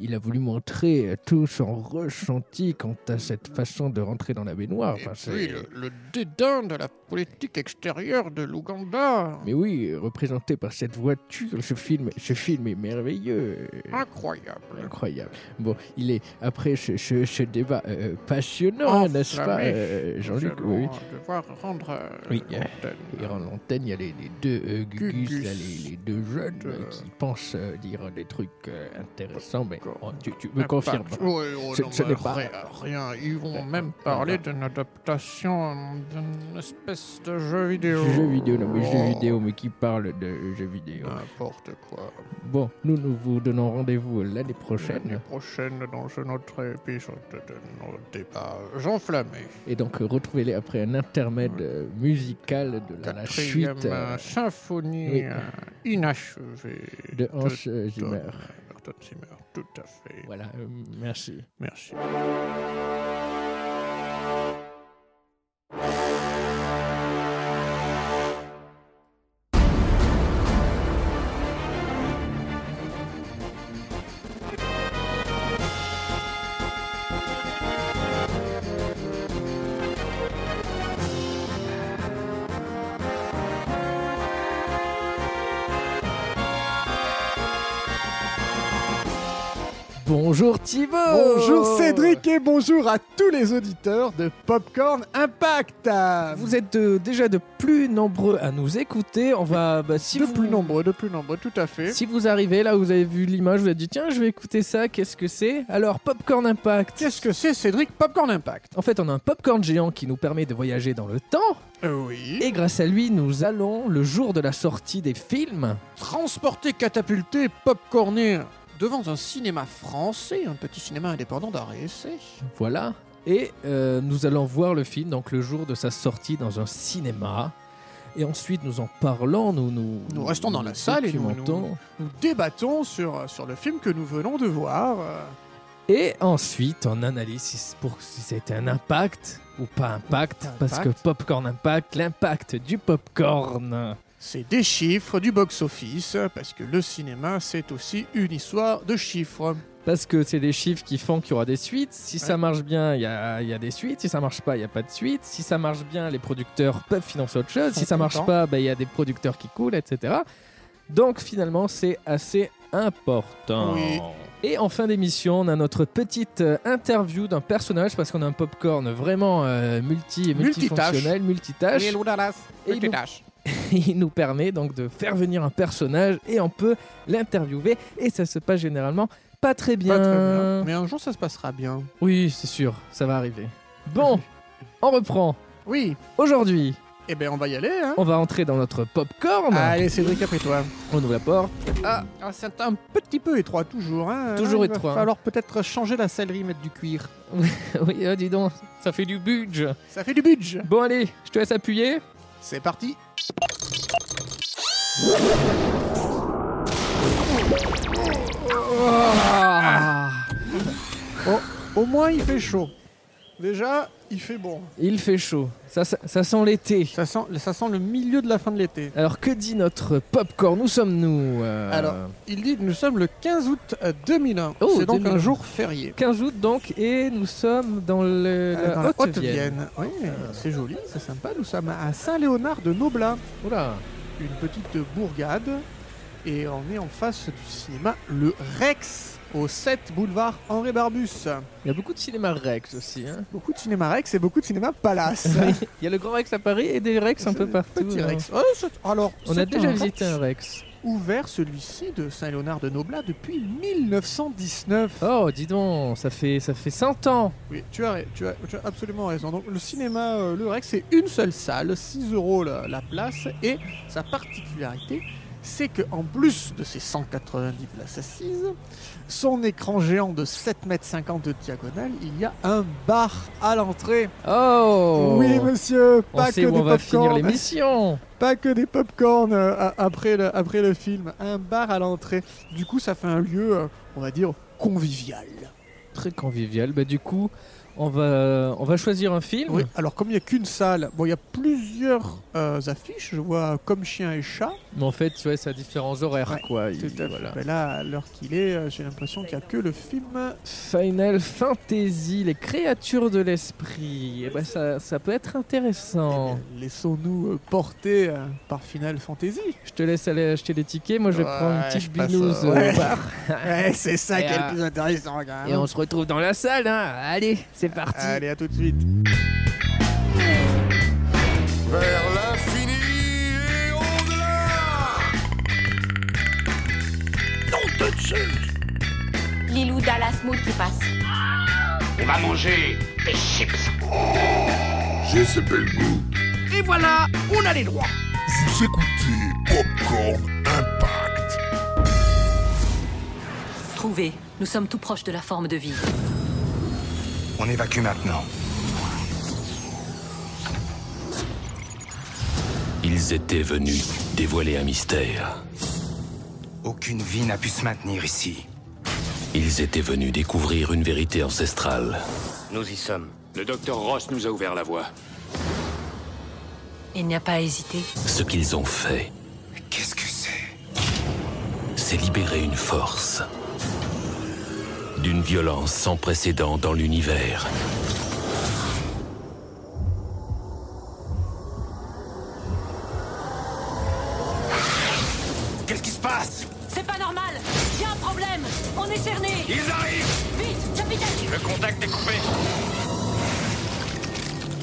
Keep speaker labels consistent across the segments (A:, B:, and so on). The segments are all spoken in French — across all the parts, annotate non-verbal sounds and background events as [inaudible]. A: il a voulu montrer tout son ressenti quant à cette façon de rentrer dans la baignoire.
B: Et
A: Enfin, Ah, bah, c'est-
B: puis le, le dédain de la politique extérieure de l'Ouganda.
A: Mais oui, représenté par cette voiture, ce film, ce film est merveilleux.
B: Incroyable.
A: Incroyable. Bon, il est après ce, ce- ce débat euh, passionnant,
B: Enflammé.
A: n'est-ce pas, euh, Jean-Luc
B: Nous
A: Oui.
B: allons devoir rendre euh,
A: Oui.
B: l'antenne.
A: Et en l'antenne, il y a les, les deux euh, gugus,
B: Gugus.
A: là, les, les deux jeunes
B: Euh.
A: euh, qui pensent euh, dire des trucs euh, intéressants, mais
B: D'accord.
A: oh, tu, tu me
B: Impact.
A: confirmes.
B: Oui, oh
A: Ce-
B: non,
A: ce
B: mais
A: n'est pas-
B: rien, rien. Ils vont
A: Euh,
B: même
A: euh,
B: parler
A: non.
B: d'une adaptation euh, d'une espèce de jeu vidéo.
A: Jeux vidéo, non mais jeux
B: Oh,
A: vidéo, mais qui parle de jeux vidéo.
B: N'importe quoi.
A: Bon, nous, nous vous donnons rendez-vous l'année
B: L'année
A: prochaine.
B: prochaine dans un autre épisode de nos débats enflammés.
A: Et donc, euh, retrouvez-les après un intermède euh, musical de la, la
B: Quatrième
A: suite euh,
B: euh, symphonie
A: oui.
B: euh, inachevée
A: de Hans euh,
B: Tom
A: Zimmer.
B: Ayrton Zimmer. Tout à fait.
A: Voilà, euh, merci.
B: Merci.
A: Bonjour Thibaut
C: Bonjour Cédric et bonjour à tous les auditeurs de Popcorn Impact.
D: Vous êtes euh, déjà de plus nombreux à nous écouter. On va, bah, si
C: de
D: vous
C: plus nombreux, de plus nombreux, tout à fait.
D: si vous arrivez là, vous avez vu l'image, vous avez dit tiens, je vais écouter ça. Qu'est-ce que c'est Alors Popcorn Impact.
C: Qu'est-ce que c'est Cédric Popcorn Impact
D: En fait, on a un popcorn géant qui nous permet de voyager dans le temps.
C: Euh, Oui.
D: Et grâce à lui, nous allons le jour de la sortie des films.
C: Transporté, catapulté, popcorné devant un cinéma français, un petit cinéma indépendant d'ARSC.
D: Voilà. Et euh, nous allons voir le film donc le jour de sa sortie dans un cinéma. Et ensuite, nous en parlons, nous nous,
C: Nous restons dans la salle et nous-
D: documentons.
C: Nous débattons sur, sur le film que nous venons de voir. euh,
D: Et ensuite, on analyse si, c- pour, si c'était un impact ou pas impact,
C: Impact.
D: parce que Popcorn Impact, l'impact du popcorn.
C: C'est des chiffres du box-office, parce que le cinéma, c'est aussi une histoire de chiffres.
D: Parce que c'est des chiffres qui font qu'il y aura des suites. Si ça
C: Ouais.
D: marche bien, il y a, il y a des suites. Si ça marche pas, il n'y a pas de suite. Si ça marche bien, les producteurs peuvent financer autre chose.
C: Ils sont
D: Si ça marche
C: contents.
D: pas, ben, il y a des producteurs qui coulent, etc. Donc finalement, c'est assez important.
C: Oui.
D: Et en fin d'émission, on a notre petite euh, interview d'un personnage parce qu'on a un popcorn vraiment euh, multi,
C: Multitâche.
D: multifonctionnel, multitâche. Et il nous- [laughs] il nous permet donc de faire venir un personnage et on peut l'interviewer. Et ça se passe généralement pas très bien.
C: Pas très bien. Mais un jour, ça se passera bien.
D: Oui, c'est sûr, ça va arriver. [laughs] Bon, on reprend.
C: Oui.
D: Aujourd'hui,
C: Eh ben, on va y aller, hein.
D: on va entrer dans notre popcorn.
C: Allez, Cédric, après toi.
D: On ouvre la porte.
C: Ah, ah, c'est un petit peu étroit, toujours, hein.
D: Toujours
C: Il va
D: étroit, hein.
C: falloir peut-être changer la sellerie, mettre du cuir.
D: [laughs] oui, oh, dis donc, ça fait du budget.
C: Ça fait du budget.
D: Bon, allez, je te laisse appuyer.
C: C'est parti.
D: Ah.
C: Au moins, il fait chaud. Déjà, il fait bon.
D: Il fait chaud. Ça, ça- ça sent l'été.
C: Ça sent, ça sent le milieu de la fin de l'été.
D: Alors, que dit notre popcorn Où sommes-nous euh,
C: Alors. Il dit nous sommes le 15 août euh, 2001.
D: Oh,
C: C'est donc
D: 2001.
C: un jour férié.
D: 15 août donc, et nous sommes dans le,
C: Euh,
D: la
C: dans
D: Haute-Vienne.
C: Oui, euh, c'est joli, c'est sympa. Nous sommes à Saint-Léonard de Noblat,
D: Oula.
C: une petite bourgade. Et on est en face du cinéma Le Rex, au 7 boulevard Henri Barbus.
D: Il y a beaucoup de cinéma Rex aussi. hein.
C: Beaucoup de cinéma Rex et beaucoup de cinéma
D: [laughs]
C: Palace.
D: Il y a le Grand Rex à Paris et des Rex hein. un peu partout.
C: Petit
D: hein.
C: Rex. Oh, c'est- alors,
D: On
C: c'est
D: a déjà
C: un
D: visité
C: Rex
D: un Rex.
C: Ouvert celui-ci de Saint-Léonard de Noblat depuis 1919.
D: Oh, dis donc, ça fait, ça fait 100 ans.
C: Oui, tu as, ra- tu, as, tu as absolument raison. Donc le cinéma euh, Le Rex, c'est une seule salle, 6 euros la, la place, et sa particularité, c'est que en plus de ses 190 places assises, son écran géant de 7,50 m de diagonale, il y a un bar à l'entrée.
D: Oh
C: Oui monsieur,
D: On
C: pas que,
D: sait où
C: des
D: on va finir
C: popcorn,
D: l'émission.
C: pas que des popcorn euh, a- après, le, après le film, un bar à l'entrée. Du coup ça fait un lieu, euh, on va dire, convivial.
D: Très convivial. Bah, du coup, On va, on va choisir un film.
C: Oui, alors comme il n'y a qu'une salle, bon, il y a plusieurs euh, affiches, je vois comme chien et chat.
D: Mais en fait, tu vois, ça a différents horaires,
C: Ouais,
D: quoi. Il-
C: Tout à fait.
D: voilà.
C: Ben là, à l'heure qu'il est, euh, j'ai l'impression qu'il n'y a que le film. euh,
D: Final Fantasy, les créatures de l'esprit. Eh ben, ça, ça peut être intéressant.
C: Eh bien, Laissons-nous euh, porter euh, par Final Fantasy.
D: Je te laisse aller acheter les tickets. Moi, je vais
B: Ouais,
D: prendre une
B: je
D: petite
B: passe,
D: binouze
B: euh,
D: au
C: ouais.
D: bar.
C: Ouais, c'est ça
D: Ah. Et
C: qui est
D: à-
C: le plus intéressant, quand
D: [laughs] Et
C: même.
D: on se retrouve dans la salle. Hein. Allez, c'est parti.
C: Allez, à tout de suite.
E: Vers l'infini et au-delà
F: Lilou Dallas Moult qui passe.
G: On va manger des chips.
E: J'ai ce bel goût.
G: Et voilà, on a les droits.
E: Vous écoutez Popcorn Impact.
H: Trouvez, nous sommes tout proches de la forme de vie.
E: On évacue maintenant.
I: Ils étaient venus dévoiler un mystère.
E: Aucune vie n'a pu se maintenir ici.
I: Ils étaient venus découvrir une vérité ancestrale.
G: Nous y sommes.
J: Le docteur Ross nous a ouvert la voie.
H: Il n'y a pas à hésiter.
I: Ce qu'ils ont fait,
E: Qu'est-ce que c'est
I: c'est libérer une force. D'une violence sans précédent dans l'univers.
E: Qu'est-ce qui se passe
H: C'est pas normal Il y a un problème On est cerné
E: Ils arrivent
H: Vite, capitaine
E: Le contact est coupé.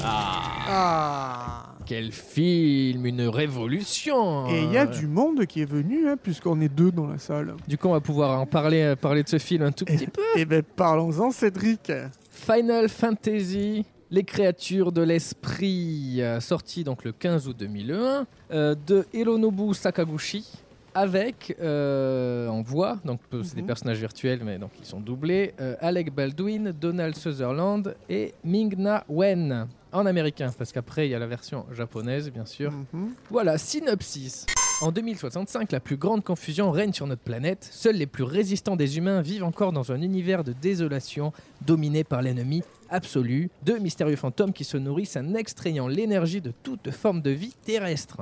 C: Ah.
D: Quel film, une révolution.
C: Et il y a du monde qui est venu, hein, puisqu'on est deux dans la salle.
D: Du coup, on va pouvoir en parler, euh, parler de ce film un tout petit peu.
C: Eh ben, parlons-en, Cédric.
D: Final Fantasy, les créatures de l'esprit, euh, sorti donc le 15 août 2001, euh, de Hironobu Sakaguchi, avec euh, en voix, donc peu- c'est des
C: Mhm.
D: personnages virtuels, mais donc ils sont doublés, euh, Alec Baldwin, Donald Sutherland et Ming-Na Wen. En américain, parce qu'après il y a la version japonaise, bien sûr.
C: Mhm.
D: Voilà, synopsis. En 2065, la plus grande confusion règne sur notre planète. Seuls les plus résistants des humains vivent encore dans un univers de désolation dominé par l'ennemi absolu, deux mystérieux fantômes qui se nourrissent en extrayant l'énergie de toute forme de vie terrestre.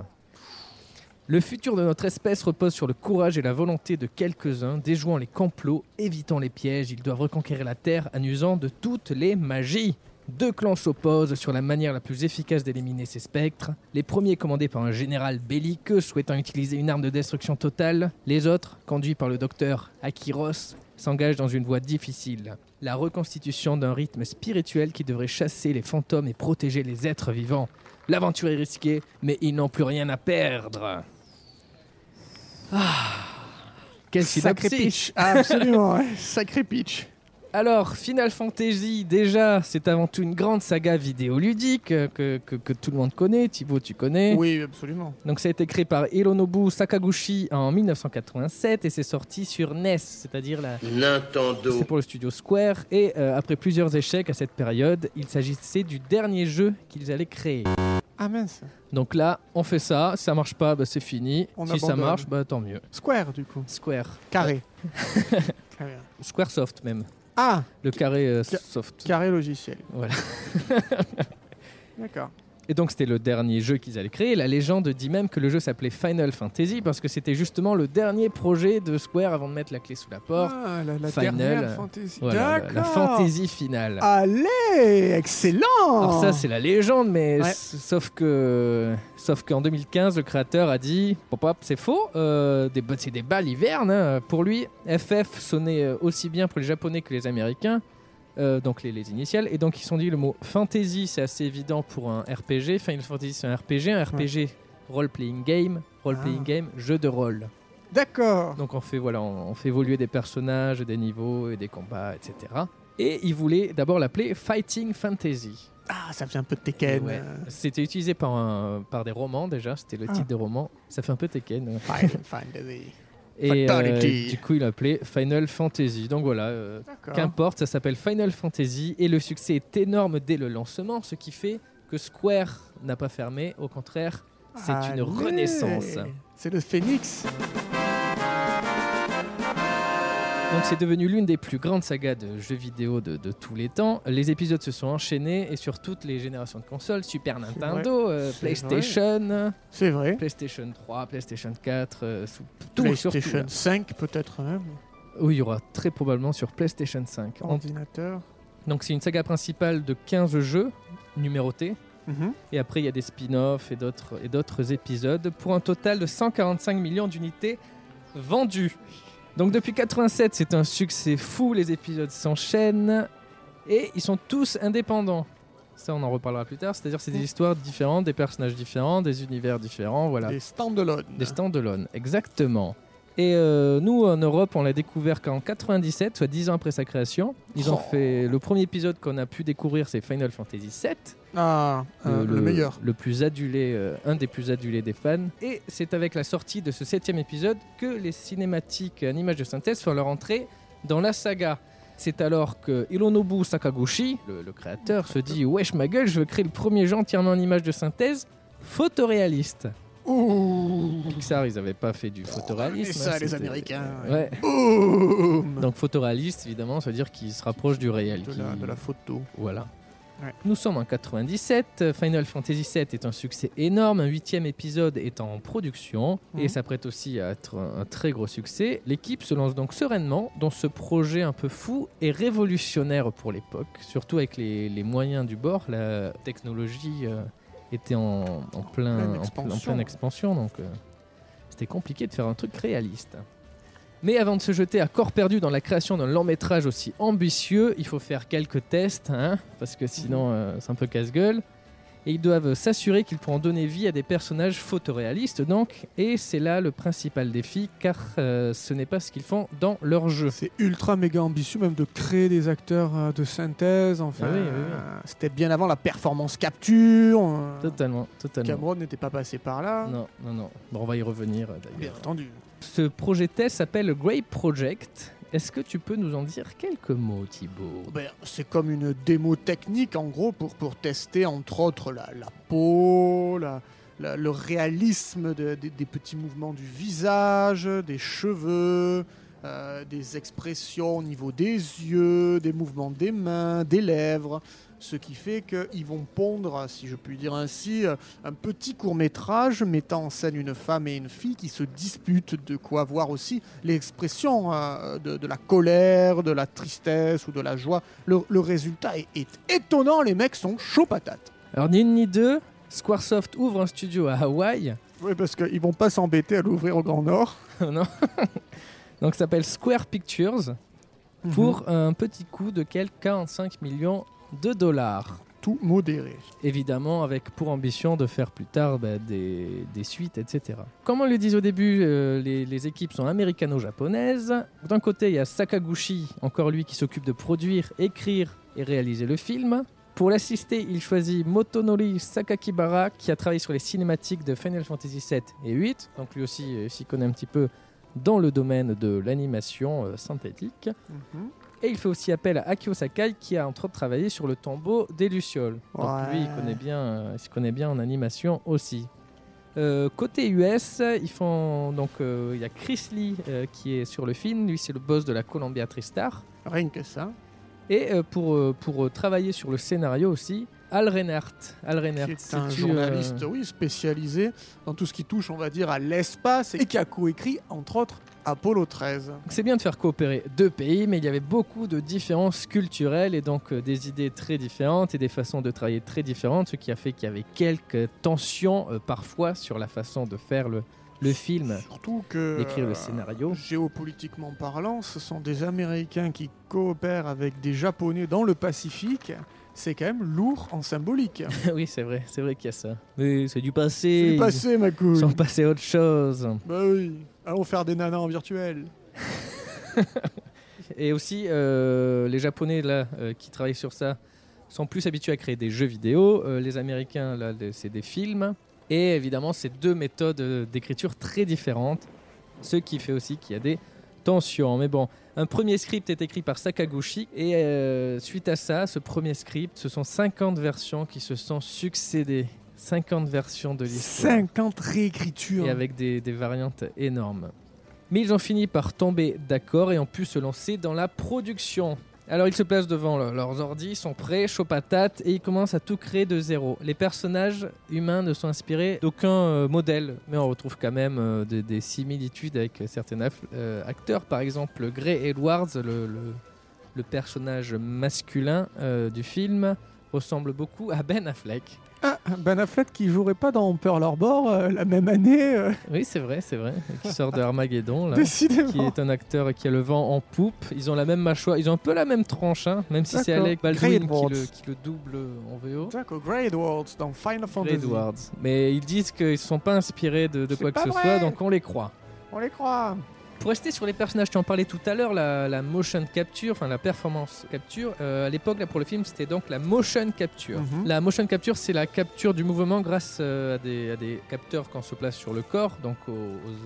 D: Le futur de notre espèce repose sur le courage et la volonté de quelques-uns, déjouant les complots, évitant les pièges, ils doivent reconquérir la Terre en usant de toutes les magies. Deux clans s'opposent sur la manière la plus efficace d'éliminer ces spectres. Les premiers commandés par un général belliqueux souhaitant utiliser une arme de destruction totale, les autres, conduits par le docteur Akiros, s'engagent dans une voie difficile. La reconstitution d'un rythme spirituel qui devrait chasser les fantômes et protéger les êtres vivants. L'aventure est risquée, mais ils n'ont plus rien à perdre. Ah, quel
C: Sacré
D: synopsis.
C: pitch. Ah, absolument, ouais. sacré pitch.
D: Alors, Final Fantasy, déjà, c'est avant tout une grande saga vidéoludique euh, que, que- que tout le monde connaît. Thibaut, tu connais.
C: Oui, absolument.
D: Donc, ça a été créé par Hironobu Sakaguchi en 1987 et c'est sorti sur NES, c'est-à-dire la,
G: Nintendo.
D: c'est pour le studio Square et euh, après plusieurs échecs à cette période, il s'agissait du dernier jeu qu'ils allaient créer.
C: Ah mince.
D: Donc là, on fait ça, ça marche pas, bah, c'est fini.
C: On
D: si ça
C: abandonne.
D: marche, bah tant mieux.
C: Square, du coup.
D: Square, [laughs]
C: Carré. Carré.
D: Squaresoft même,
C: Ah,
D: le carré euh,
C: Ca-
D: soft.
C: carré logiciel.
D: Voilà.
C: [laughs] D'accord.
D: Et donc c'était le dernier jeu qu'ils allaient créer. La légende dit même que le jeu s'appelait Final Fantasy parce que c'était justement le dernier projet de Square avant de mettre la clé sous la porte.
C: Ah, la, la
D: Final,
C: dernière
D: euh,
C: fantasy.
D: Voilà, la,
C: D'accord.
D: la fantaisie finale.
C: Allez, excellent.
D: Alors ça c'est la légende, mais
C: Oh. Ouais.
D: s- sauf que sauf qu'en 2015 le créateur a dit Pop, pop, c'est faux, euh, des ba- c'est des balles hiverne. hein. Pour lui, FF sonnait euh, aussi bien pour les Japonais que les Américains, euh, donc les, les initiales. Et donc ils se sont dit le mot fantasy c'est assez évident pour un RPG. Final Fantasy c'est un RPG, un RPG role playing game, role playing
C: Ah.
D: game jeu de rôle.
C: D'accord.
D: Donc on fait voilà, on, on fait évoluer des personnages, des niveaux et des combats, etc. Et il voulait d'abord l'appeler Fighting Fantasy.
C: Ah, ça vient un peu de Tekken.
D: Ouais.
C: euh,
D: C'était utilisé par, un- par des romans déjà, c'était le
C: Ah.
D: titre des romans. Ça fait un peu Tekken. ouais.
C: [laughs] Final Fantasy.
D: Et euh,
C: Fatality. Ah.
D: du coup, il appelait Final Fantasy. Donc voilà, euh,
C: D'accord.
D: qu'importe, ça s'appelle Final Fantasy. Et le succès est énorme dès le lancement, ce qui fait que Square n'a pas fermé. Au contraire, c'est une
C: Ah, Allez.
D: renaissance.
C: C'est le phénix.
D: Donc c'est devenu l'une des plus grandes sagas de jeux vidéo de, de tous les temps. Les épisodes se sont enchaînés et sur toutes les générations de consoles, Super Nintendo, euh,
C: C'est
D: PlayStation,
C: C'est vrai.
D: PlayStation 3, PlayStation 4, euh, sous- tout sur
C: PlayStation
D: tout,
C: 5 peut-être même.
D: là. Oui, il y aura très probablement sur PlayStation 5.
C: Oh.
D: En-
C: Ordinateur.
D: Donc c'est une saga principale de 15 jeux numérotés. Et après, il y a des spin-offs et d'autres et d'autres épisodes pour un total de 145 millions d'unités vendues. Donc depuis 87, c'est un succès fou, les épisodes s'enchaînent et ils sont tous indépendants. Ça, on en reparlera plus tard. C'est-à-dire, c'est des histoires différentes, des personnages différents, des univers différents, voilà.
C: Des standalone.
D: Des stand-alone, exactement. Et euh, nous, en Europe, on l'a découvert qu'en 97, soit 10 ans après sa création. Ils ont
C: Oh.
D: fait le premier épisode qu'on a pu découvrir, c'est Final Fantasy VII
C: Ah, euh, le, meilleur.
D: le plus adulé, euh, un des plus adulés des fans. Et c'est avec la sortie de ce septième épisode que les cinématiques en images de synthèse font leur entrée dans la saga. C'est alors que Hironobu Sakaguchi, le, le créateur, se dit Wesh ma gueule, je veux créer le premier jeu entièrement en images de synthèse photoréaliste.
C: Ouh.
D: Pixar, ils n'avaient pas fait du photoréalisme.
C: Et Ah, ça,
D: hein,
C: les
D: c'était-
C: Américains.
D: Ouais.
C: Boum.
D: Donc photoréaliste, évidemment, ça veut dire qu'il se rapproche du réel.
C: de, la,
D: qui-
C: de la photo.
D: Voilà.
C: Ouais.
D: Nous sommes en 97, Final Fantasy VII est un succès énorme, un huitième épisode est en production et
C: Mhm.
D: s'apprête aussi à être un, un très gros succès. L'équipe se lance donc sereinement dans ce projet un peu fou et révolutionnaire pour l'époque, surtout avec les, les moyens du bord, la technologie euh, était en, en plein,
C: pleine
D: en- en
C: expansion.
D: pleine expansion, donc euh, c'était compliqué de faire un truc réaliste. Mais avant de se jeter à corps perdu dans la création d'un long métrage aussi ambitieux, il faut faire quelques tests, hein, parce que sinon
C: Mhm.
D: euh, c'est un peu casse-gueule. Et ils doivent s'assurer qu'ils pourront donner vie à des personnages photoréalistes, donc, et c'est là le principal défi, car euh, ce n'est pas ce qu'ils font dans leur jeu.
C: C'est ultra méga ambitieux même de créer des acteurs euh, de synthèse. Enfin,
D: Ah oui, oui, oui.
C: euh, c'était bien avant la performance capture. euh,
D: Totalement, totalement.
C: Cameron n'était pas passé par là.
D: Non, non, non. Bon, on va y revenir euh,
C: hein Bien
D: d'ailleurs.
C: entendu.
D: Ce projet test s'appelle Grape Project. Est-ce que tu peux nous en dire quelques mots, Thibaut
C: Ben, c'est comme une démo technique en gros pour, pour tester entre autres la, la peau, la- la- le réalisme de- des- des petits mouvements du visage, des cheveux, euh, des expressions au niveau des yeux, des mouvements des mains, des lèvres. Ce qui fait qu'ils vont pondre, si je puis dire ainsi, euh, un petit court métrage mettant en scène une femme et une fille qui se disputent de quoi voir aussi l'expression euh, de, de la colère, de la tristesse ou de la joie. Le, le résultat est, est étonnant, les mecs sont chauds patates.
D: Alors, ni une ni deux, Squaresoft ouvre un studio à Hawaï.
C: Oui, parce qu'ils vont pas s'embêter à l'ouvrir au Grand Nord.
D: [laughs] non Donc, ça s'appelle Square Pictures
C: Mhm.
D: pour un petit coût de quelques 45 millions de dollars.
C: Tout modéré.
D: Évidemment, avec pour ambition de faire plus tard bah, des, des suites, etc. Comme on le disait au début, euh, les, les équipes sont américano-japonaises. D'un côté, il y a Sakaguchi, encore lui, qui s'occupe de produire, écrire et réaliser le film. Pour l'assister, il choisit Motonori Sakakibara, qui a travaillé sur les cinématiques de Final Fantasy VII et VIII. Donc lui aussi euh, s'y connaît un petit peu dans le domaine de l'animation euh, synthétique. Et il fait aussi appel à Akio Sakai qui a entre autres travaillé sur le tombeau des Lucioles. Donc
C: Ouais.
D: lui, il connaît bien, euh, il se connaît bien en animation aussi. Euh, côté US, ils font donc euh, il y a Chris Lee euh, qui est sur le film. Lui, c'est le boss de la Columbia TriStar.
C: Rien que ça.
D: Et euh, pour, euh, pour euh, travailler sur le scénario aussi, Al Reinhardt. Al Reinhardt,
C: C'est un
D: sais-tu,
C: journaliste,
D: euh,
C: oui, spécialisé dans tout ce qui touche, on va dire, à l'espace et qui a coécrit, entre autres, Apollo 13.
D: C'est bien de faire coopérer deux pays, mais il y avait beaucoup de différences culturelles et donc euh, des idées très différentes et des façons de travailler très différentes, ce qui a fait qu'il y avait quelques tensions euh, parfois sur la façon de faire le, le film,
C: Surtout que.
D: d'écrire le
C: euh, [laughs]
D: scénario.
C: Géopolitiquement parlant, ce sont des Américains qui coopèrent avec des Japonais dans le Pacifique. C'est quand même lourd en symbolique.
D: [laughs] oui, c'est vrai, c'est vrai qu'il y a ça. Mais c'est du passé.
C: C'est du
D: ils-
C: passé, ma
D: Ils
C: couille.
D: sont passés à autre chose.
C: Bah oui. Allons faire des nanas en virtuel.
D: Et aussi, euh, les Japonais là, euh, qui travaillent sur ça sont plus habitués à créer des jeux vidéo. Euh, les Américains, là, de- c'est des films. Et évidemment, c'est deux méthodes euh, d'écriture très différentes. Ce qui fait aussi qu'il y a des tensions. Mais bon, un premier script est écrit par Sakaguchi. Et euh, suite à ça, ce premier script, ce sont 50 versions qui se sont succédées. 50 versions de l'histoire
C: 50 réécritures.
D: et avec des, des variantes énormes. Mais ils ont fini par tomber d'accord et ont pu se lancer dans la production. Alors ils se placent devant le- leurs ordi, sont prêts, chaud patate, et ils commencent à tout créer de zéro. Les personnages humains ne sont inspirés d'aucun euh, modèle, mais on retrouve quand même euh, des, des similitudes avec euh, certains aff- euh, acteurs. Par exemple, Gray Edwards, le, le- le personnage masculin euh, du film, ressemble beaucoup à Ben Affleck.
C: Ah, Ben Affleck qui jouerait pas dans Pearl Harbor euh, la même année, euh,
D: Oui, c'est vrai, c'est vrai, qui sort de Armageddon. Là. qui
C: [laughs] décidément.
D: est un acteur qui a le vent en poupe. Ils ont la même mâchoire, ils ont un peu la même tranche, hein, même si c'est
C: D'accord.
D: Alec
C: Grey
D: Baldwin
C: Edwards.
D: qui le, qui le double en VO.
C: D'accord, Grey Edwards dans Final
D: Grey
C: Fantasy.
D: Edwards. Mais ils disent qu'ils ne sont pas inspirés de, de
C: C'est
D: quoi que
C: pas
D: ce
C: vrai.
D: soit, donc on les croit.
C: On les croit.
D: Pour rester sur les personnages, tu en parlais tout à l'heure, la, la motion capture, enfin la performance capture. Euh, à l'époque, là pour le film, c'était donc la motion capture.
C: Mhm.
D: La motion capture, c'est la capture du mouvement grâce euh, à, des, à des capteurs qu'on se place sur le corps, donc aux,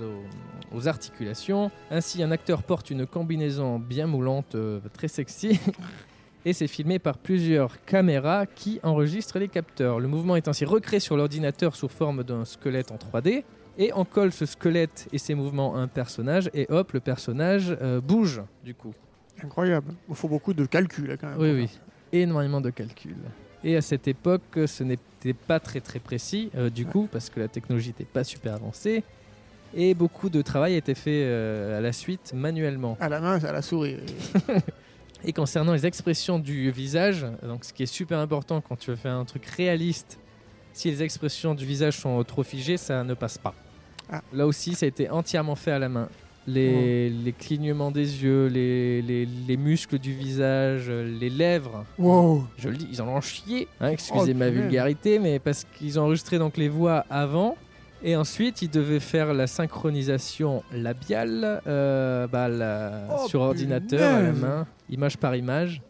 D: aux- aux articulations. Ainsi, un acteur porte une combinaison bien moulante, euh, très sexy. [laughs] Et c'est filmé par plusieurs caméras qui enregistrent les capteurs. Le mouvement est ainsi recréé sur l'ordinateur sous forme d'un squelette en 3D. Et on colle ce squelette et ses mouvements à un personnage, et hop, le personnage euh, bouge, du coup.
C: Incroyable. Il faut beaucoup de calculs là, quand même.
D: Oui, oui. Énormément de calculs. Et à cette époque, ce n'était pas très très précis, euh, du coup, parce que la technologie n'était pas super avancée. Et beaucoup de travail a été fait euh, à la suite manuellement.
C: À la main, à la souris.
D: Et concernant les expressions du visage, donc ce qui est super important quand tu veux faire un truc réaliste, si les expressions du visage sont trop figées, ça ne passe pas.
C: Ah.
D: Là aussi, ça a été entièrement fait à la main. Les, les clignements des yeux, les, les- les muscles du visage, les lèvres.
C: Wow.
D: Je le dis, ils en ont chié. hein, excusez
C: Oh,
D: ma
C: punaise.
D: vulgarité, mais parce qu'ils ont enregistré donc les voix avant. Et ensuite, ils devaient faire la synchronisation labiale euh, bah, la-
C: Oh,
D: sur ordinateur, à la
C: punaise.
D: main, image par image.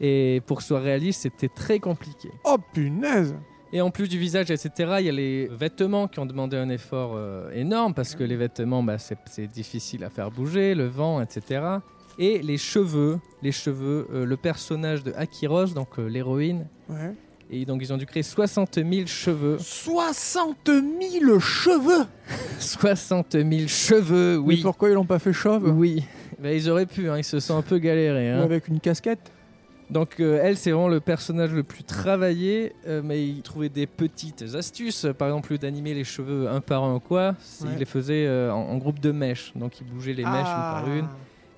D: Et pour que ce soit réaliste, c'était très compliqué.
C: Oh punaise.
D: Et en plus du visage, etc., il y a les vêtements qui ont demandé un effort euh, énorme parce que les vêtements, bah, c'est c'est difficile à faire bouger, le vent, etc. Et les cheveux, les cheveux, euh, le personnage de Akiros, donc euh, l'héroïne,
C: Ouais.
D: et donc ils ont dû créer 60 000 cheveux.
C: 60 000 cheveux.
D: 60 000 cheveux,
C: Mais
D: oui.
C: pourquoi ils l'ont pas fait chauve
D: Oui. Ben, ils auraient pu, hein, ils se sont un peu galérés.
C: Ou
D: hein.
C: avec une casquette
D: Donc euh, elle, c'est vraiment le personnage le plus travaillé, euh, mais il trouvait des petites astuces, par exemple au lieu d'animer les cheveux un par un ou quoi, c'est-
C: Ouais.
D: il les faisait euh, en, en groupe de mèches, donc il bougeait les mèches
C: Ah.
D: une par une.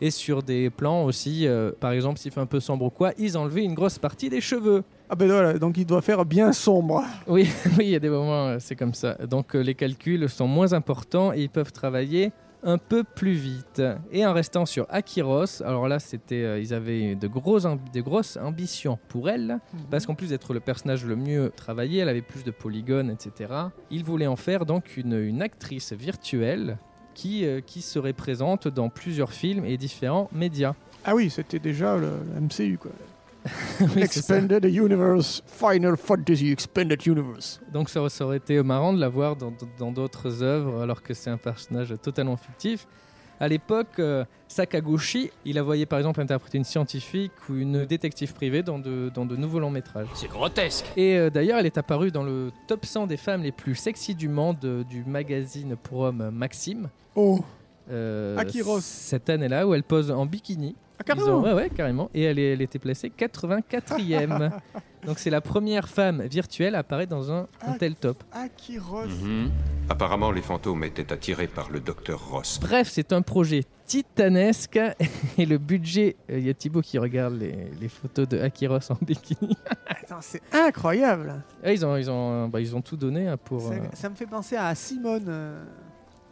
D: Et sur des plans aussi, euh, par exemple s'il fait un peu sombre ou quoi, ils enlevaient une grosse partie des cheveux.
C: Ah ben voilà, donc il doit faire bien sombre.
D: Oui, [laughs] oui, il y a des moments, euh, c'est comme ça. Donc euh, les calculs sont moins importants et ils peuvent travailler un peu plus vite. Et en restant sur Akiros, alors là, c'était, euh, ils avaient de, gros amb- de grosses ambitions pour elle, parce qu'en plus d'être le personnage le mieux travaillé, elle avait plus de polygones, etc. Ils voulaient en faire donc une, une actrice virtuelle qui, euh, qui serait présente dans plusieurs films et différents médias. [laughs]
C: Ah oui, c'était déjà le, le MCU quoi.
D: Oui, c'est ça.
C: Expanded Universe, Final Fantasy Expanded Universe.
D: Donc ça, ça aurait été marrant de la voir dans dans d'autres œuvres alors que c'est un personnage totalement fictif. À l'époque, euh, Sakaguchi, il la voyait par exemple interpréter une scientifique ou une détective privée dans de, dans de nouveaux longs métrages.
J: C'est grotesque.
D: Et euh, d'ailleurs, elle est apparue dans le top 100 des femmes les plus sexy du monde euh, du magazine pour hommes Maxime.
C: Oh,
D: euh,
C: Akiros.
D: Cette année-là où elle pose en bikini.
C: ah,
D: Ils ont-
C: carrément.
D: ouais, ouais, carrément. Et elle, est- elle était placée
C: [laughs]
D: 84e. Donc c'est la première femme virtuelle à apparaître dans un, un
C: Ah.
D: tel top.
C: Akiros.
D: Mhm.
I: Mhm. Apparemment, les fantômes étaient attirés par le docteur Ross.
D: Bref, c'est un projet titanesque et le budget. euh, Il y a Thibaut qui regarde les, les photos de Akiros en bikini.
C: [laughs] Attends, c'est incroyable.
D: Ah, ils, ont, ils, ont, bah, ils ont tout donné hein, pour.
C: Ça,
D: euh,
C: ça me fait penser à Simone, euh,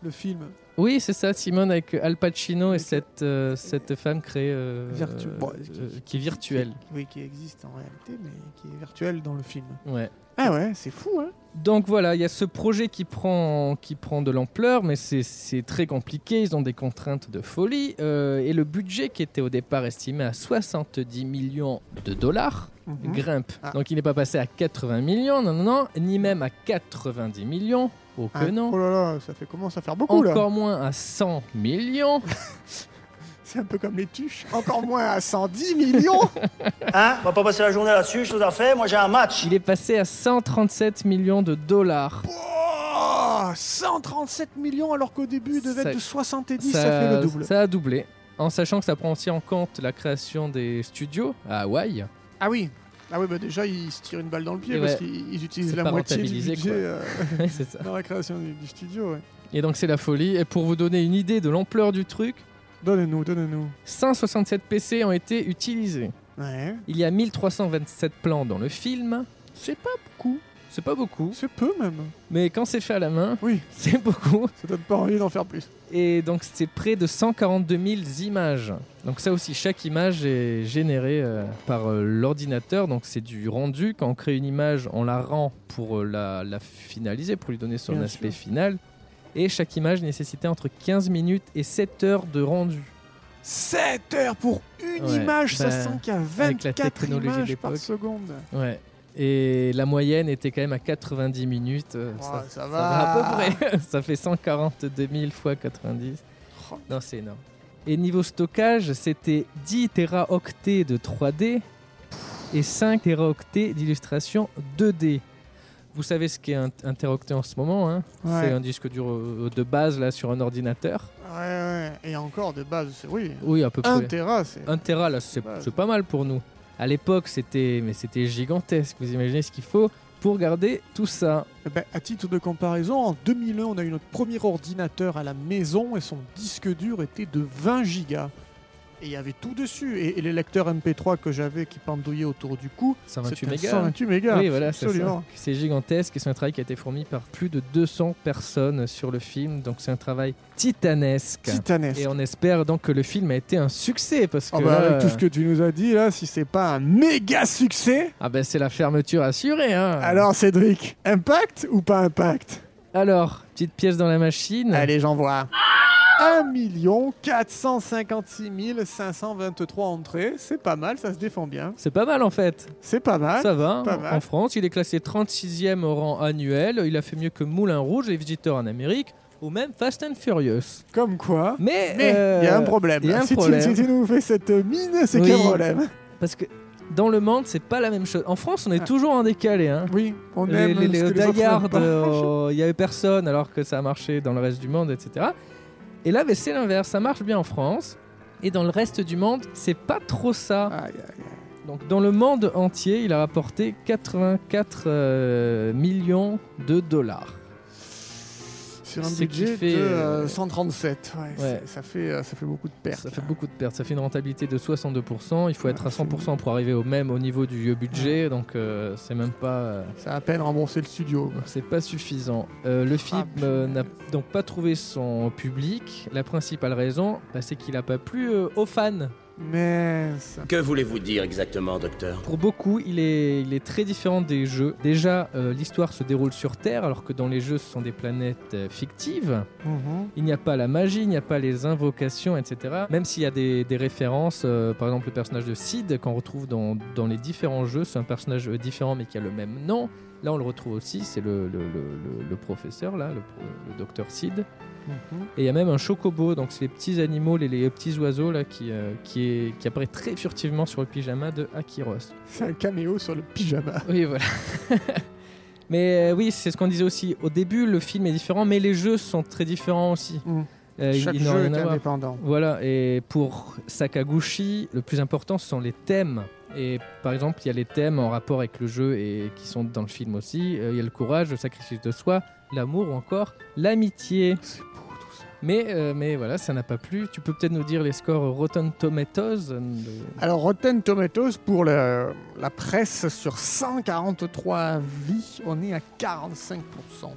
C: le film.
D: Oui, c'est ça, Simone avec euh, Al Pacino et
C: Avec,
D: cette, euh, cette femme créée. euh,
C: Virtu-
D: euh,
C: bon,
D: euh, qui est virtuelle.
C: Oui, qui existe en réalité, mais qui est virtuel dans le film.
D: Ouais.
C: Ah ouais, c'est fou, hein
D: Donc voilà, il y a ce projet qui prend, qui prend de l'ampleur, mais c'est- c'est très compliqué, ils ont des contraintes de folie, euh, et le budget qui était au départ estimé à 70 millions de dollars
C: Mhm.
D: grimpe.
C: Ah.
D: Donc il n'est pas passé à 80 millions, non, non, non, ni même à 90 millions, oh que
C: Ah,
D: non.
C: Oh là là, ça fait commence à faire beaucoup là.
D: Encore moins à 100 millions.
C: C'est un peu comme les tuches. Encore moins à 110
D: [laughs]
C: millions.
K: Hein On va pas passer la journée là-dessus, chose à faire. Moi, j'ai un match.
D: Il est passé à 137 millions de dollars.
C: Oh, 137 millions alors qu'au début il devait
D: Ça-
C: être de 70, ça, fait le double.
D: ça a doublé. En sachant que ça prend aussi en compte la création des studios à Hawaï.
C: Ah oui ah oui, bah déjà, ils se tirent une balle dans le pied
D: Et
C: parce
D: ouais.
C: qu'ils ils utilisent
D: C'est
C: la
D: pas
C: moitié du
D: rentabilisé,
C: budget
D: quoi.
C: euh,
D: Ouais, [laughs] c'est ça.
C: dans la création du, du studio. ouais.
D: Et donc c'est la folie. Et pour vous donner une idée de l'ampleur du truc,
C: Donnez-nous, donnez-nous.
D: 167 PC ont été utilisés.
C: Ouais,
D: Il y a 1327 plans dans le film. C'est pas beaucoup. C'est pas beaucoup.
C: c'est peu même.
D: Mais quand c'est fait à la main, [laughs]
C: Oui.
D: c'est beaucoup.
C: Ça donne pas envie d'en faire plus.
D: Et donc c'est près de 142 000 images. Donc ça aussi, chaque image est générée euh, par euh, l'ordinateur. Donc c'est du rendu. Quand on crée une image, on la rend pour euh, la, la finaliser, pour lui donner son
C: Bien
D: aspect
C: sûr.
D: final. Et chaque image nécessitait entre 15 minutes et 7 heures de rendu.
C: 7 heures pour une
D: Ouais,
C: image, ça
D: bah,
C: sent qu'il y a
D: avec la
C: 24
D: technologie
C: images par
D: d'époque.
C: seconde.
D: Ouais. Et la moyenne était quand même à 90 minutes. euh,
C: Ouais,
D: ça,
C: Oh, ça
D: ça
C: va.
D: à peu près. [laughs] ça fait 142 000 fois 90.
C: Oh.
D: Non, c'est énorme. Et niveau stockage, c'était 10 teraoctets de 3D et 5 teraoctets d'illustration 2D. Vous savez ce qu'est un, un teraoctet en ce moment, hein
C: Ouais.
D: C'est un disque dur euh, de base là sur un ordinateur.
C: Oh, Ouais, ouais. Et encore de base, c'est oui.
D: Oui, à peu près.
C: 1 téra, c'est.
D: 1 téra là, c'est
C: Ouais.
D: c'est pas mal pour nous. À l'époque, c'était mais c'était gigantesque. Vous imaginez ce qu'il faut pour garder tout ça.
C: Eh ben, à titre de comparaison, en 2001, on a eu notre premier ordinateur à la maison et son disque dur était de 20 gigas. Et il y avait tout dessus. Et, et les lecteurs MP3 que j'avais qui pendouillaient autour du cou,
D: 128
C: c'était
D: mégas.
C: 128 mégas.
D: Oui, voilà, c'est ça.
C: absolument.
D: C'est gigantesque et c'est un travail qui a été fourni par plus de 200 personnes sur le film. Donc c'est un travail titanesque.
C: Titanesque.
D: Et on espère donc que le film a été un succès parce que
C: Ah bah,
D: là,
C: avec tout ce que tu nous as dit, là, si c'est pas un méga succès,
D: ah ben, c'est la fermeture assurée. hein.
C: alors Cédric, impact ou pas impact
D: Alors, petite pièce dans la machine.
C: Allez, j'envoie. 1 456 523 entrées, c'est pas mal, ça se défend bien.
D: C'est pas mal en fait.
C: C'est pas mal.
D: Ça va.
C: Ah, pas
D: en-
C: mal.
D: En France, il est classé 36e au rang annuel. Il a fait mieux que Moulin Rouge, Les Visiteurs en Amérique ou même Fast and Furious.
C: Comme quoi.
D: Mais
C: Mais il
D: euh,
C: y a un problème.
D: il y a un
C: si, tu-
D: problème.
C: si Tu, nous fais cette mine, c'est
D: Oui.
C: qu'il y a un problème.
D: Parce que dans le monde, c'est pas la même chose. En France, on
C: Ah.
D: est toujours en décalé. Hein.
C: Oui, on
D: les, les,
C: aime ce
D: les
C: que les autres
D: die-hard,
C: n'aiment pas.
D: euh, il y avait personne alors que ça a marché dans le reste du monde, etc. Et là, mais c'est l'inverse, ça marche bien en France. Et dans le reste du monde, c'est pas trop ça.
C: Aïe, aïe, aïe.
D: Donc dans le monde entier, il a rapporté 84 euh, millions de dollars.
C: Sur un
D: C'est qui
C: budget
D: fait,
C: de
D: euh,
C: euh, 137, ouais,
D: ouais.
C: c'est- Ça, fait, euh, ça fait beaucoup de pertes.
D: Ça
C: là.
D: fait beaucoup de pertes, ça fait une rentabilité de 62%. Il faut être à
C: Ouais, c'est
D: 100% pour arriver au même au niveau du vieux budget, donc euh, c'est même pas... euh,
C: Ça a à peine remboursé le studio. quoi.
D: C'est pas suffisant. Euh, le film euh, n'a donc pas trouvé son public. La principale raison, bah, c'est qu'il n'a pas plu euh, aux fans.
C: Mais ça-
L: Que voulez-vous dire exactement, docteur
D: Pour beaucoup, il est, il est très différent des jeux. Déjà, euh, l'histoire se déroule sur Terre, alors que dans les jeux, ce sont des planètes euh, fictives.
C: Mhm.
D: Il n'y a pas la magie, il n'y a pas les invocations, etc. Même s'il y a des, des références, euh, par exemple le personnage de Sid qu'on retrouve dans, dans les différents jeux, c'est un personnage euh, différent mais qui a le même nom. Là, on le retrouve aussi, c'est le, le- le- le- le professeur, là, le, pro- le docteur Sid.
C: Mhm.
D: Et il y a même un chocobo, donc c'est les petits animaux, les, les petits oiseaux là, qui, euh, qui, est- qui apparaît très furtivement sur le pyjama de Akiros.
C: C'est un caméo sur le pyjama.
D: Oui, voilà. [laughs] mais euh, oui, c'est ce qu'on disait aussi. Au début, le film est différent, mais les jeux sont très différents aussi.
C: Mm.
D: Euh, ils-
C: Chaque
D: ils n'ont
C: jeu
D: rien
C: est
D: à voir.
C: indépendant.
D: Voilà, et pour Sakaguchi, le plus important, ce sont les thèmes. Et par exemple, il y a les thèmes en rapport avec le jeu et qui sont dans le film aussi. Euh, Il y a le courage, le sacrifice de soi, l'amour ou encore l'amitié.
C: C'est beau tout ça.
D: Mais, euh, mais voilà, ça n'a pas plu. Tu peux peut-être nous dire les scores Rotten Tomatoes euh, le-
C: Alors Rotten Tomatoes pour le- la presse sur 143 avis, on est à 45%.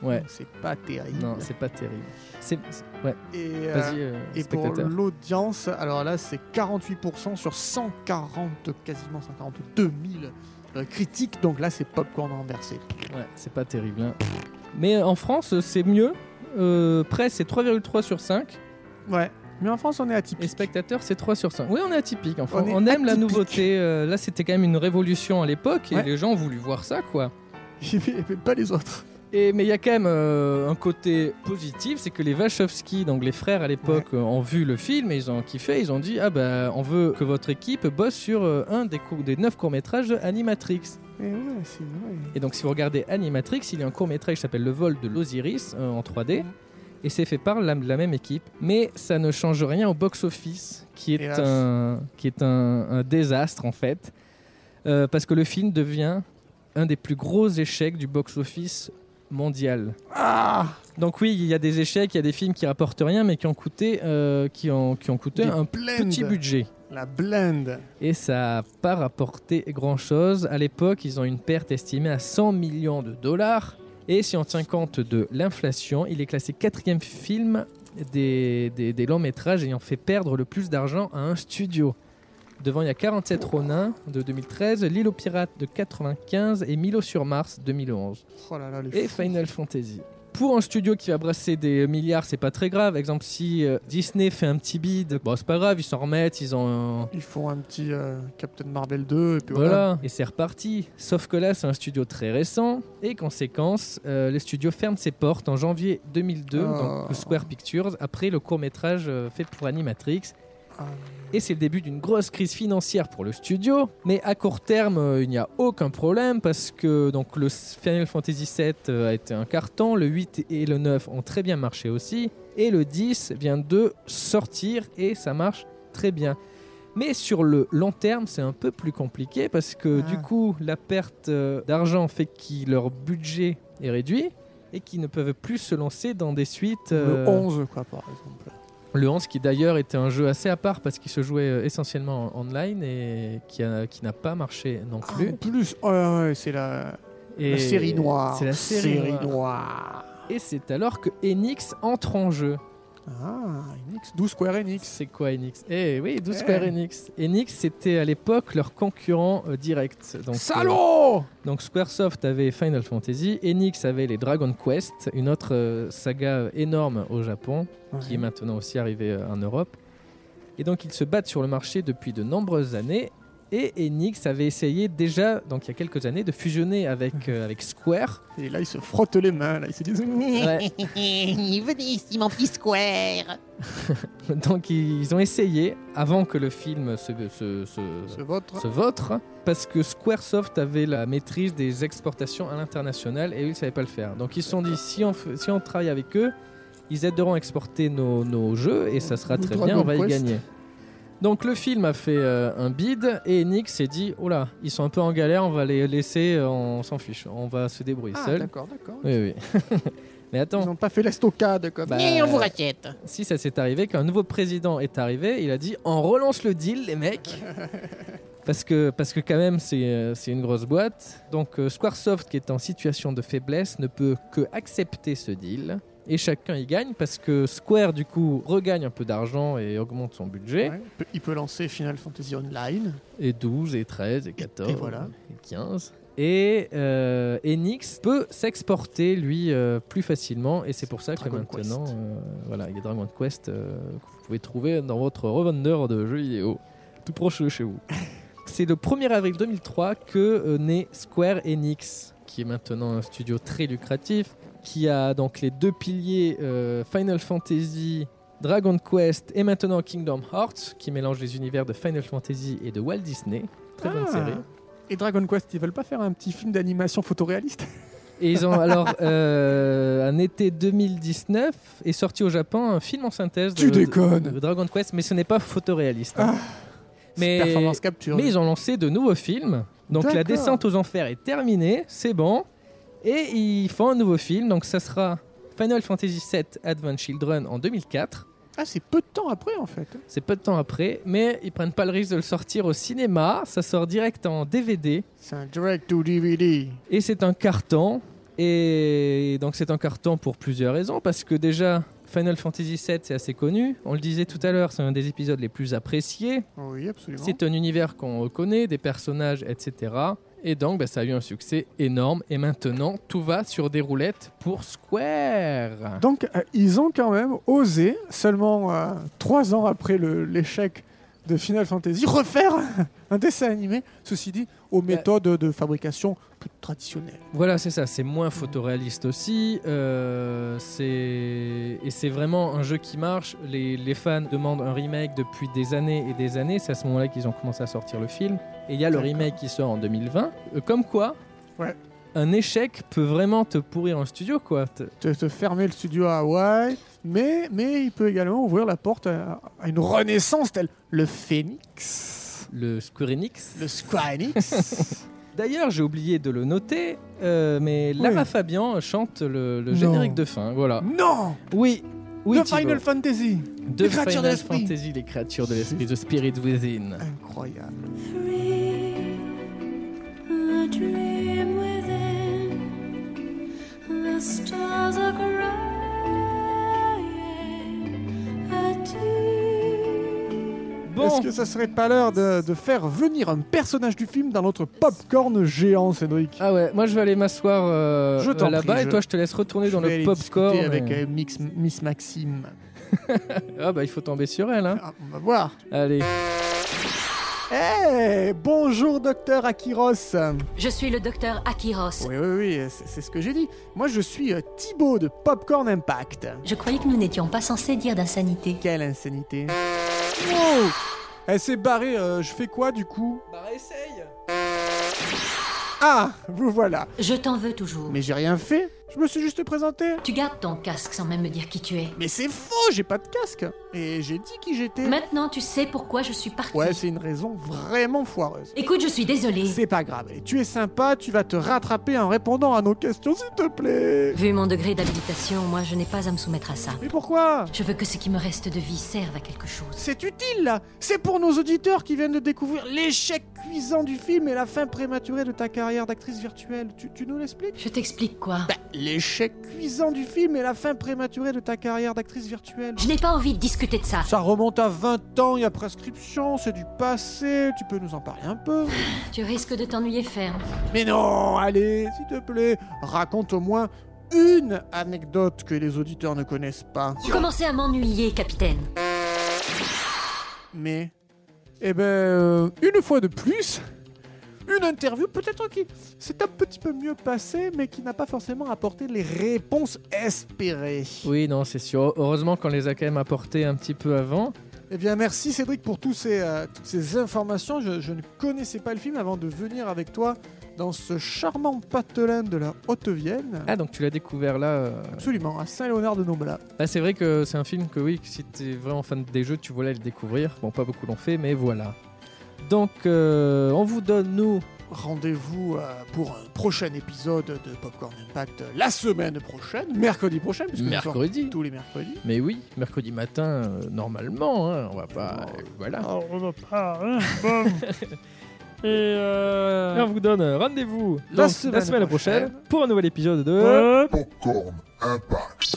D: Ouais,
C: C'est pas terrible.
D: non, c'est pas terrible. C'est... c'est- Ouais,
C: et, euh,
D: vas-y, euh,
C: et pour
D: spectateur.
C: l'audience, alors là c'est 48% sur 140, quasiment 142 000 euh, critiques. Donc là c'est popcorn renversé.
D: Ouais, c'est pas terrible. hein. Mais euh, en France, euh, c'est mieux. Euh, presse, c'est 3,3 sur 5.
C: Ouais. Mais en France on est
D: Et
C: atypique. [laughs]
D: spectateurs, c'est 3 sur 5. Oui, on est atypique. Enfin,
C: On est
D: on, aime la
C: atypique. typique.
D: nouveauté. Euh, là, c'était quand même une révolution à l'époque et
C: Ouais.
D: les gens ont voulu voir ça, quoi.
C: Et pas les autres.
D: Et, mais il y a quand même euh, un côté positif, c'est que les Wachowski, donc les frères à l'époque, euh, ont vu le film et ils ont kiffé. Ils ont dit Ah ben, on veut que votre équipe bosse sur euh, un des, cou- des neuf courts-métrages de Animatrix.
C: Eh ouais, c'est vrai.
D: Et donc, si vous regardez Animatrix, il y a un court-métrage qui s'appelle Le vol de l'Osiris euh, en
C: Mhm.
D: 3D. Et c'est fait par la, la même équipe. Mais ça ne change rien au box-office, qui est,
C: Hélas.
D: un, qui est un, un désastre en fait. Euh, parce que le film devient un des plus gros échecs du box-office mondial.
C: Ah,
D: Donc oui, il y a des échecs, il y a des films qui rapportent rien, mais qui ont coûté, euh, qui ont, qui ont coûté
C: Des
D: un
C: blends.
D: petit budget.
C: La blinde.
D: Et ça n'a pas rapporté grand-chose. À l'époque, ils ont une perte estimée à 100 millions de dollars. Et si on tient compte de l'inflation, il est classé quatrième film des, des, des longs métrages ayant fait perdre le plus d'argent à un studio. Devant, il y a 47 Ronin de 2013, L'île aux pirates de 95 et Milo sur Mars 2011
C: Oh là là, les
D: et
C: fous.
D: Final Fantasy. Pour un studio qui va brasser des milliards, c'est pas très grave. Exemple, si euh, Disney fait un petit bid, bon, c'est pas grave, ils s'en remettent, ils ont. un-
C: Ils font un petit euh, Captain Marvel 2 et puis voilà.
D: Voilà, Ah. et c'est reparti. Sauf que là, c'est un studio très récent, et conséquence, euh, le studio ferme ses portes en janvier 2002,
C: Oh.
D: donc Square Pictures, après le court-métrage euh, fait pour Animatrix.
C: Ah.
D: Et c'est le début d'une grosse crise financière pour le studio. Mais à court terme, euh, il n'y a aucun problème parce que donc, le Final Fantasy VII euh, a été un carton, le 8 et le 9 ont très bien marché aussi, et le 10 vient de sortir et ça marche très bien. Mais sur le long terme, c'est un peu plus compliqué parce que
C: Ah.
D: du coup, la perte euh, d'argent fait que leur budget est réduit et qu'ils ne peuvent plus se lancer dans des suites. euh,
C: Le 11, quoi, par exemple.
D: le 11 qui d'ailleurs était un jeu assez à part parce qu'il se jouait euh, essentiellement en online et qui, a- qui n'a pas marché non
C: Ah,
D: plus.
C: en plus, oh là là, c'est la,
D: Et
C: la série noire.
D: C'est la série, noire.
C: noire.
D: Et c'est alors que Enix entre en jeu.
C: Ah, Enix, 12 Square Enix.
D: C'est quoi Enix Eh oui, 12
C: Eh.
D: Square Enix. Enix, c'était à l'époque leur concurrent euh, direct. Donc, euh,
C: Salaud
D: Donc Squaresoft avait Final Fantasy, Enix avait les Dragon Quest, une autre euh, saga énorme au Japon, qui est maintenant aussi arrivée euh, en Europe. Et donc ils se battent sur le marché depuis de nombreuses années. Et Enix avait essayé déjà, donc il y a quelques années, de fusionner avec,
C: Mmh.
D: euh, avec Square.
C: Et là, ils se frottent les mains, là, ils se disent.
H: [laughs]
D: Ouais.
H: Venez ici, mon petit square.
D: [laughs] donc ils ont essayé, avant que le film se, se- se-
C: Ce vôtre.
D: ce vôtre, parce que Squaresoft avait la maîtrise des exportations à l'international et eux, ils ne savaient pas le faire. Donc ils se sont dit, si on, f- si on travaille avec eux, ils aideront à exporter nos, nos jeux et ça sera
C: Nous
D: très
C: droit
D: bien,
C: de
D: on va y
C: Quest.
D: gagner. Donc le film a fait euh, un bid et Nick s'est dit, oh là, ils sont un peu en galère, on va les laisser, euh, on s'en fiche, on va se débrouiller
C: Ah,
D: seul.
C: d'accord, d'accord.
D: Oui, oui. [laughs] Mais
C: Ils
D: attends,
C: n'ont pas fait la stockade, comme.
D: Bah,
H: Et on vous rachète.
D: si ça s'est arrivé, qu'un nouveau président est arrivé, il a dit on relance le deal, les mecs. Parce que, parce que quand même, c'est euh, c'est une grosse boîte. Donc euh, Squaresoft, qui est en situation de faiblesse, ne peut que accepter ce deal. Et chacun y gagne parce que Square, du coup, regagne un peu d'argent et augmente son budget.
C: Ouais, il peut- Il peut lancer Final Fantasy Online.
D: Et 12, et 13, et 14,
C: Et voilà.
D: et 15. Et euh, Enix peut s'exporter, lui, euh, plus facilement. Et c'est pour ça
C: Dragon
D: que maintenant, euh, voilà, il y a Dragon Quest euh, que vous pouvez trouver dans votre revendeur de jeux vidéo, tout proche de chez vous. c'est le 1er avril 2003 que euh, naît Square Enix, qui est maintenant un studio très lucratif, qui a donc les deux piliers euh, Final Fantasy Dragon Quest et maintenant Kingdom Hearts, qui mélange les univers de Final Fantasy et de Walt Disney. Très bonne
C: Ah.
D: série.
C: Et Dragon Quest, ils veulent pas faire un petit film d'animation photoréaliste
D: Et ils ont
C: [laughs]
D: alors, euh, un été 2019, est sorti au Japon un film en synthèse de,
C: [laughs] Tu déconnes Ah.
D: de Dragon Quest, mais ce n'est pas photoréaliste. hein. Mais-
C: Performance capture.
D: Mais ils ont lancé de nouveaux films. Donc la
C: D'accord.
D: descente aux enfers est terminée, c'est bon. Et ils font un nouveau film, donc ça sera Final Fantasy VII Advent Children en 2004.
C: Ah, c'est peu de temps après, en fait.
D: C'est peu de temps après, mais ils prennent pas le risque de le sortir au cinéma. Ça sort direct en DVD
C: C'est un direct-to-DVD.
D: et c'est un carton. Et donc c'est un carton pour plusieurs raisons, parce que déjà Final Fantasy VII c'est assez connu. On le disait tout à l'heure, c'est un des épisodes les plus appréciés.
C: Oui, absolument.
D: C'est un univers qu'on reconnaît, des personnages, etc. Et donc bah, ça a eu un succès énorme. Et maintenant tout va sur des roulettes pour Square.
C: Donc, euh, ils ont quand même osé, seulement euh, trois ans après le- l'échec de Final Fantasy refaire [laughs] un dessin animé, ceci dit,
D: Euh.
C: aux méthodes de fabrication plus traditionnelles.
D: Voilà, c'est ça. C'est moins photoréaliste aussi. euh, c'est et c'est vraiment un jeu qui marche. Les, les fans demandent un remake depuis des années et des années. C'est à ce moment-là qu'ils ont commencé à sortir le film. Et il y a le
C: D'accord.
D: remake qui sort en 2020. Euh, comme quoi,
C: Ouais.
D: un échec peut vraiment te pourrir un studio, quoi. Te-
C: Te, te fermer le studio à Hawaï, mais, mais il peut également ouvrir la porte à, à une renaissance telle le Phoenix,
D: Le Square Enix.
C: le Square
D: [laughs]
C: Enix.
D: D'ailleurs, j'ai oublié de le noter, euh, mais
C: Oui.
D: Lara Fabian chante le, le
C: Non.
D: générique de fin. Voilà.
C: non
D: Oui. Ah. Oui,
C: Le
D: Thibaut.
C: Final Fantasy
D: de
C: les créatures de
D: Final
C: l'esprit.
D: Fantasy, les créatures de l'esprit, The Spirit Within.
C: Incroyable. Est-ce
D: Bon,
C: que ça serait pas l'heure de, de faire venir un personnage du film dans notre popcorn géant, Cédric
D: ah ouais, moi je vais aller m'asseoir euh,
C: Je t'en
D: là-bas
C: prie,
D: et
C: je-
D: toi je te laisse retourner dans
C: Je vais
D: le
C: aller
D: popcorn.
C: discuter avec
D: et-
C: euh, Mix- Miss Maxime.
D: Ah bah il faut tomber sur elle. Hein.
C: Ah, on va voir.
D: Allez.
C: Hey, bonjour docteur Akiros.
H: Je suis le docteur Akiros.
C: Oui, oui, oui, c'est c'est ce que j'ai dit. Moi, je suis euh, Thibaut de Popcorn Impact.
H: Je croyais que nous n'étions pas censés dire d'insanité.
C: Quelle insanité. Oh Elle s'est barrée, euh, je fais quoi du coup
D: Bah essaye.
C: Ah, vous voilà.
H: Je t'en veux toujours.
C: Mais j'ai rien fait, je me suis juste présenté.
H: Tu gardes ton casque sans même me dire qui tu es.
C: Mais c'est faux, j'ai pas de casque. Et j'ai dit qui j'étais.
H: Maintenant, tu sais pourquoi je suis partie.
C: Ouais, c'est une raison vraiment foireuse.
H: Écoute, je suis désolée.
C: C'est pas grave, allez, tu es sympa, tu vas te rattraper en répondant à nos questions, s'il te plaît.
H: Vu mon degré d'habilitation, moi, je n'ai pas à me soumettre à ça.
C: Mais pourquoi
H: Je veux que ce qui me reste de vie serve à quelque chose.
C: C'est utile là C'est pour nos auditeurs qui viennent de découvrir l'échec cuisant du film et la fin prématurée de ta carrière d'actrice virtuelle. Tu, tu nous l'expliques
H: Je t'explique quoi.
C: Bah, l'échec cuisant du film et la fin prématurée de ta carrière d'actrice virtuelle.
H: Je n'ai pas envie de discuter de ça.
C: Ça remonte à 20 ans, il y a prescription, c'est du passé, tu peux nous en parler un peu
H: Tu risques de t'ennuyer ferme.
C: Mais non, allez, s'il te plaît, raconte au moins une anecdote que les auditeurs ne connaissent pas.
H: Vous commencez à m'ennuyer, capitaine.
C: Mais, eh ben, euh, une fois de plus, une interview peut-être qui s'est un petit peu mieux passée, mais qui n'a pas forcément apporté les réponses espérées.
D: Oui, non, c'est sûr. Heureusement qu'on les a quand même apportés un petit peu avant.
C: Eh bien, merci Cédric pour tous ces, euh, toutes ces informations. Je, je ne connaissais pas le film avant de venir avec toi dans ce charmant patelin de la Haute-Vienne.
D: Ah, donc tu l'as découvert là. euh.
C: Absolument, à Saint-Léonard-de-Nombla.
D: Bah, c'est vrai que c'est un film que, oui, que si t'es vraiment fan des jeux, tu voulais le découvrir. Bon, pas beaucoup l'ont fait, mais voilà. Donc, euh, on vous donne, nous,
C: Rendez-vous euh, pour un prochain épisode de Popcorn Impact euh, la semaine prochaine, mercredi prochain, puisque nous sortons
D: mercredi.
C: tous les mercredis.
D: Mais oui, mercredi matin, euh, normalement, hein, on va pas. euh, voilà. Et
C: euh,
D: on vous donne euh, rendez-vous donc, la semaine, prochaine, pour un nouvel épisode de.
M: Popcorn Impact.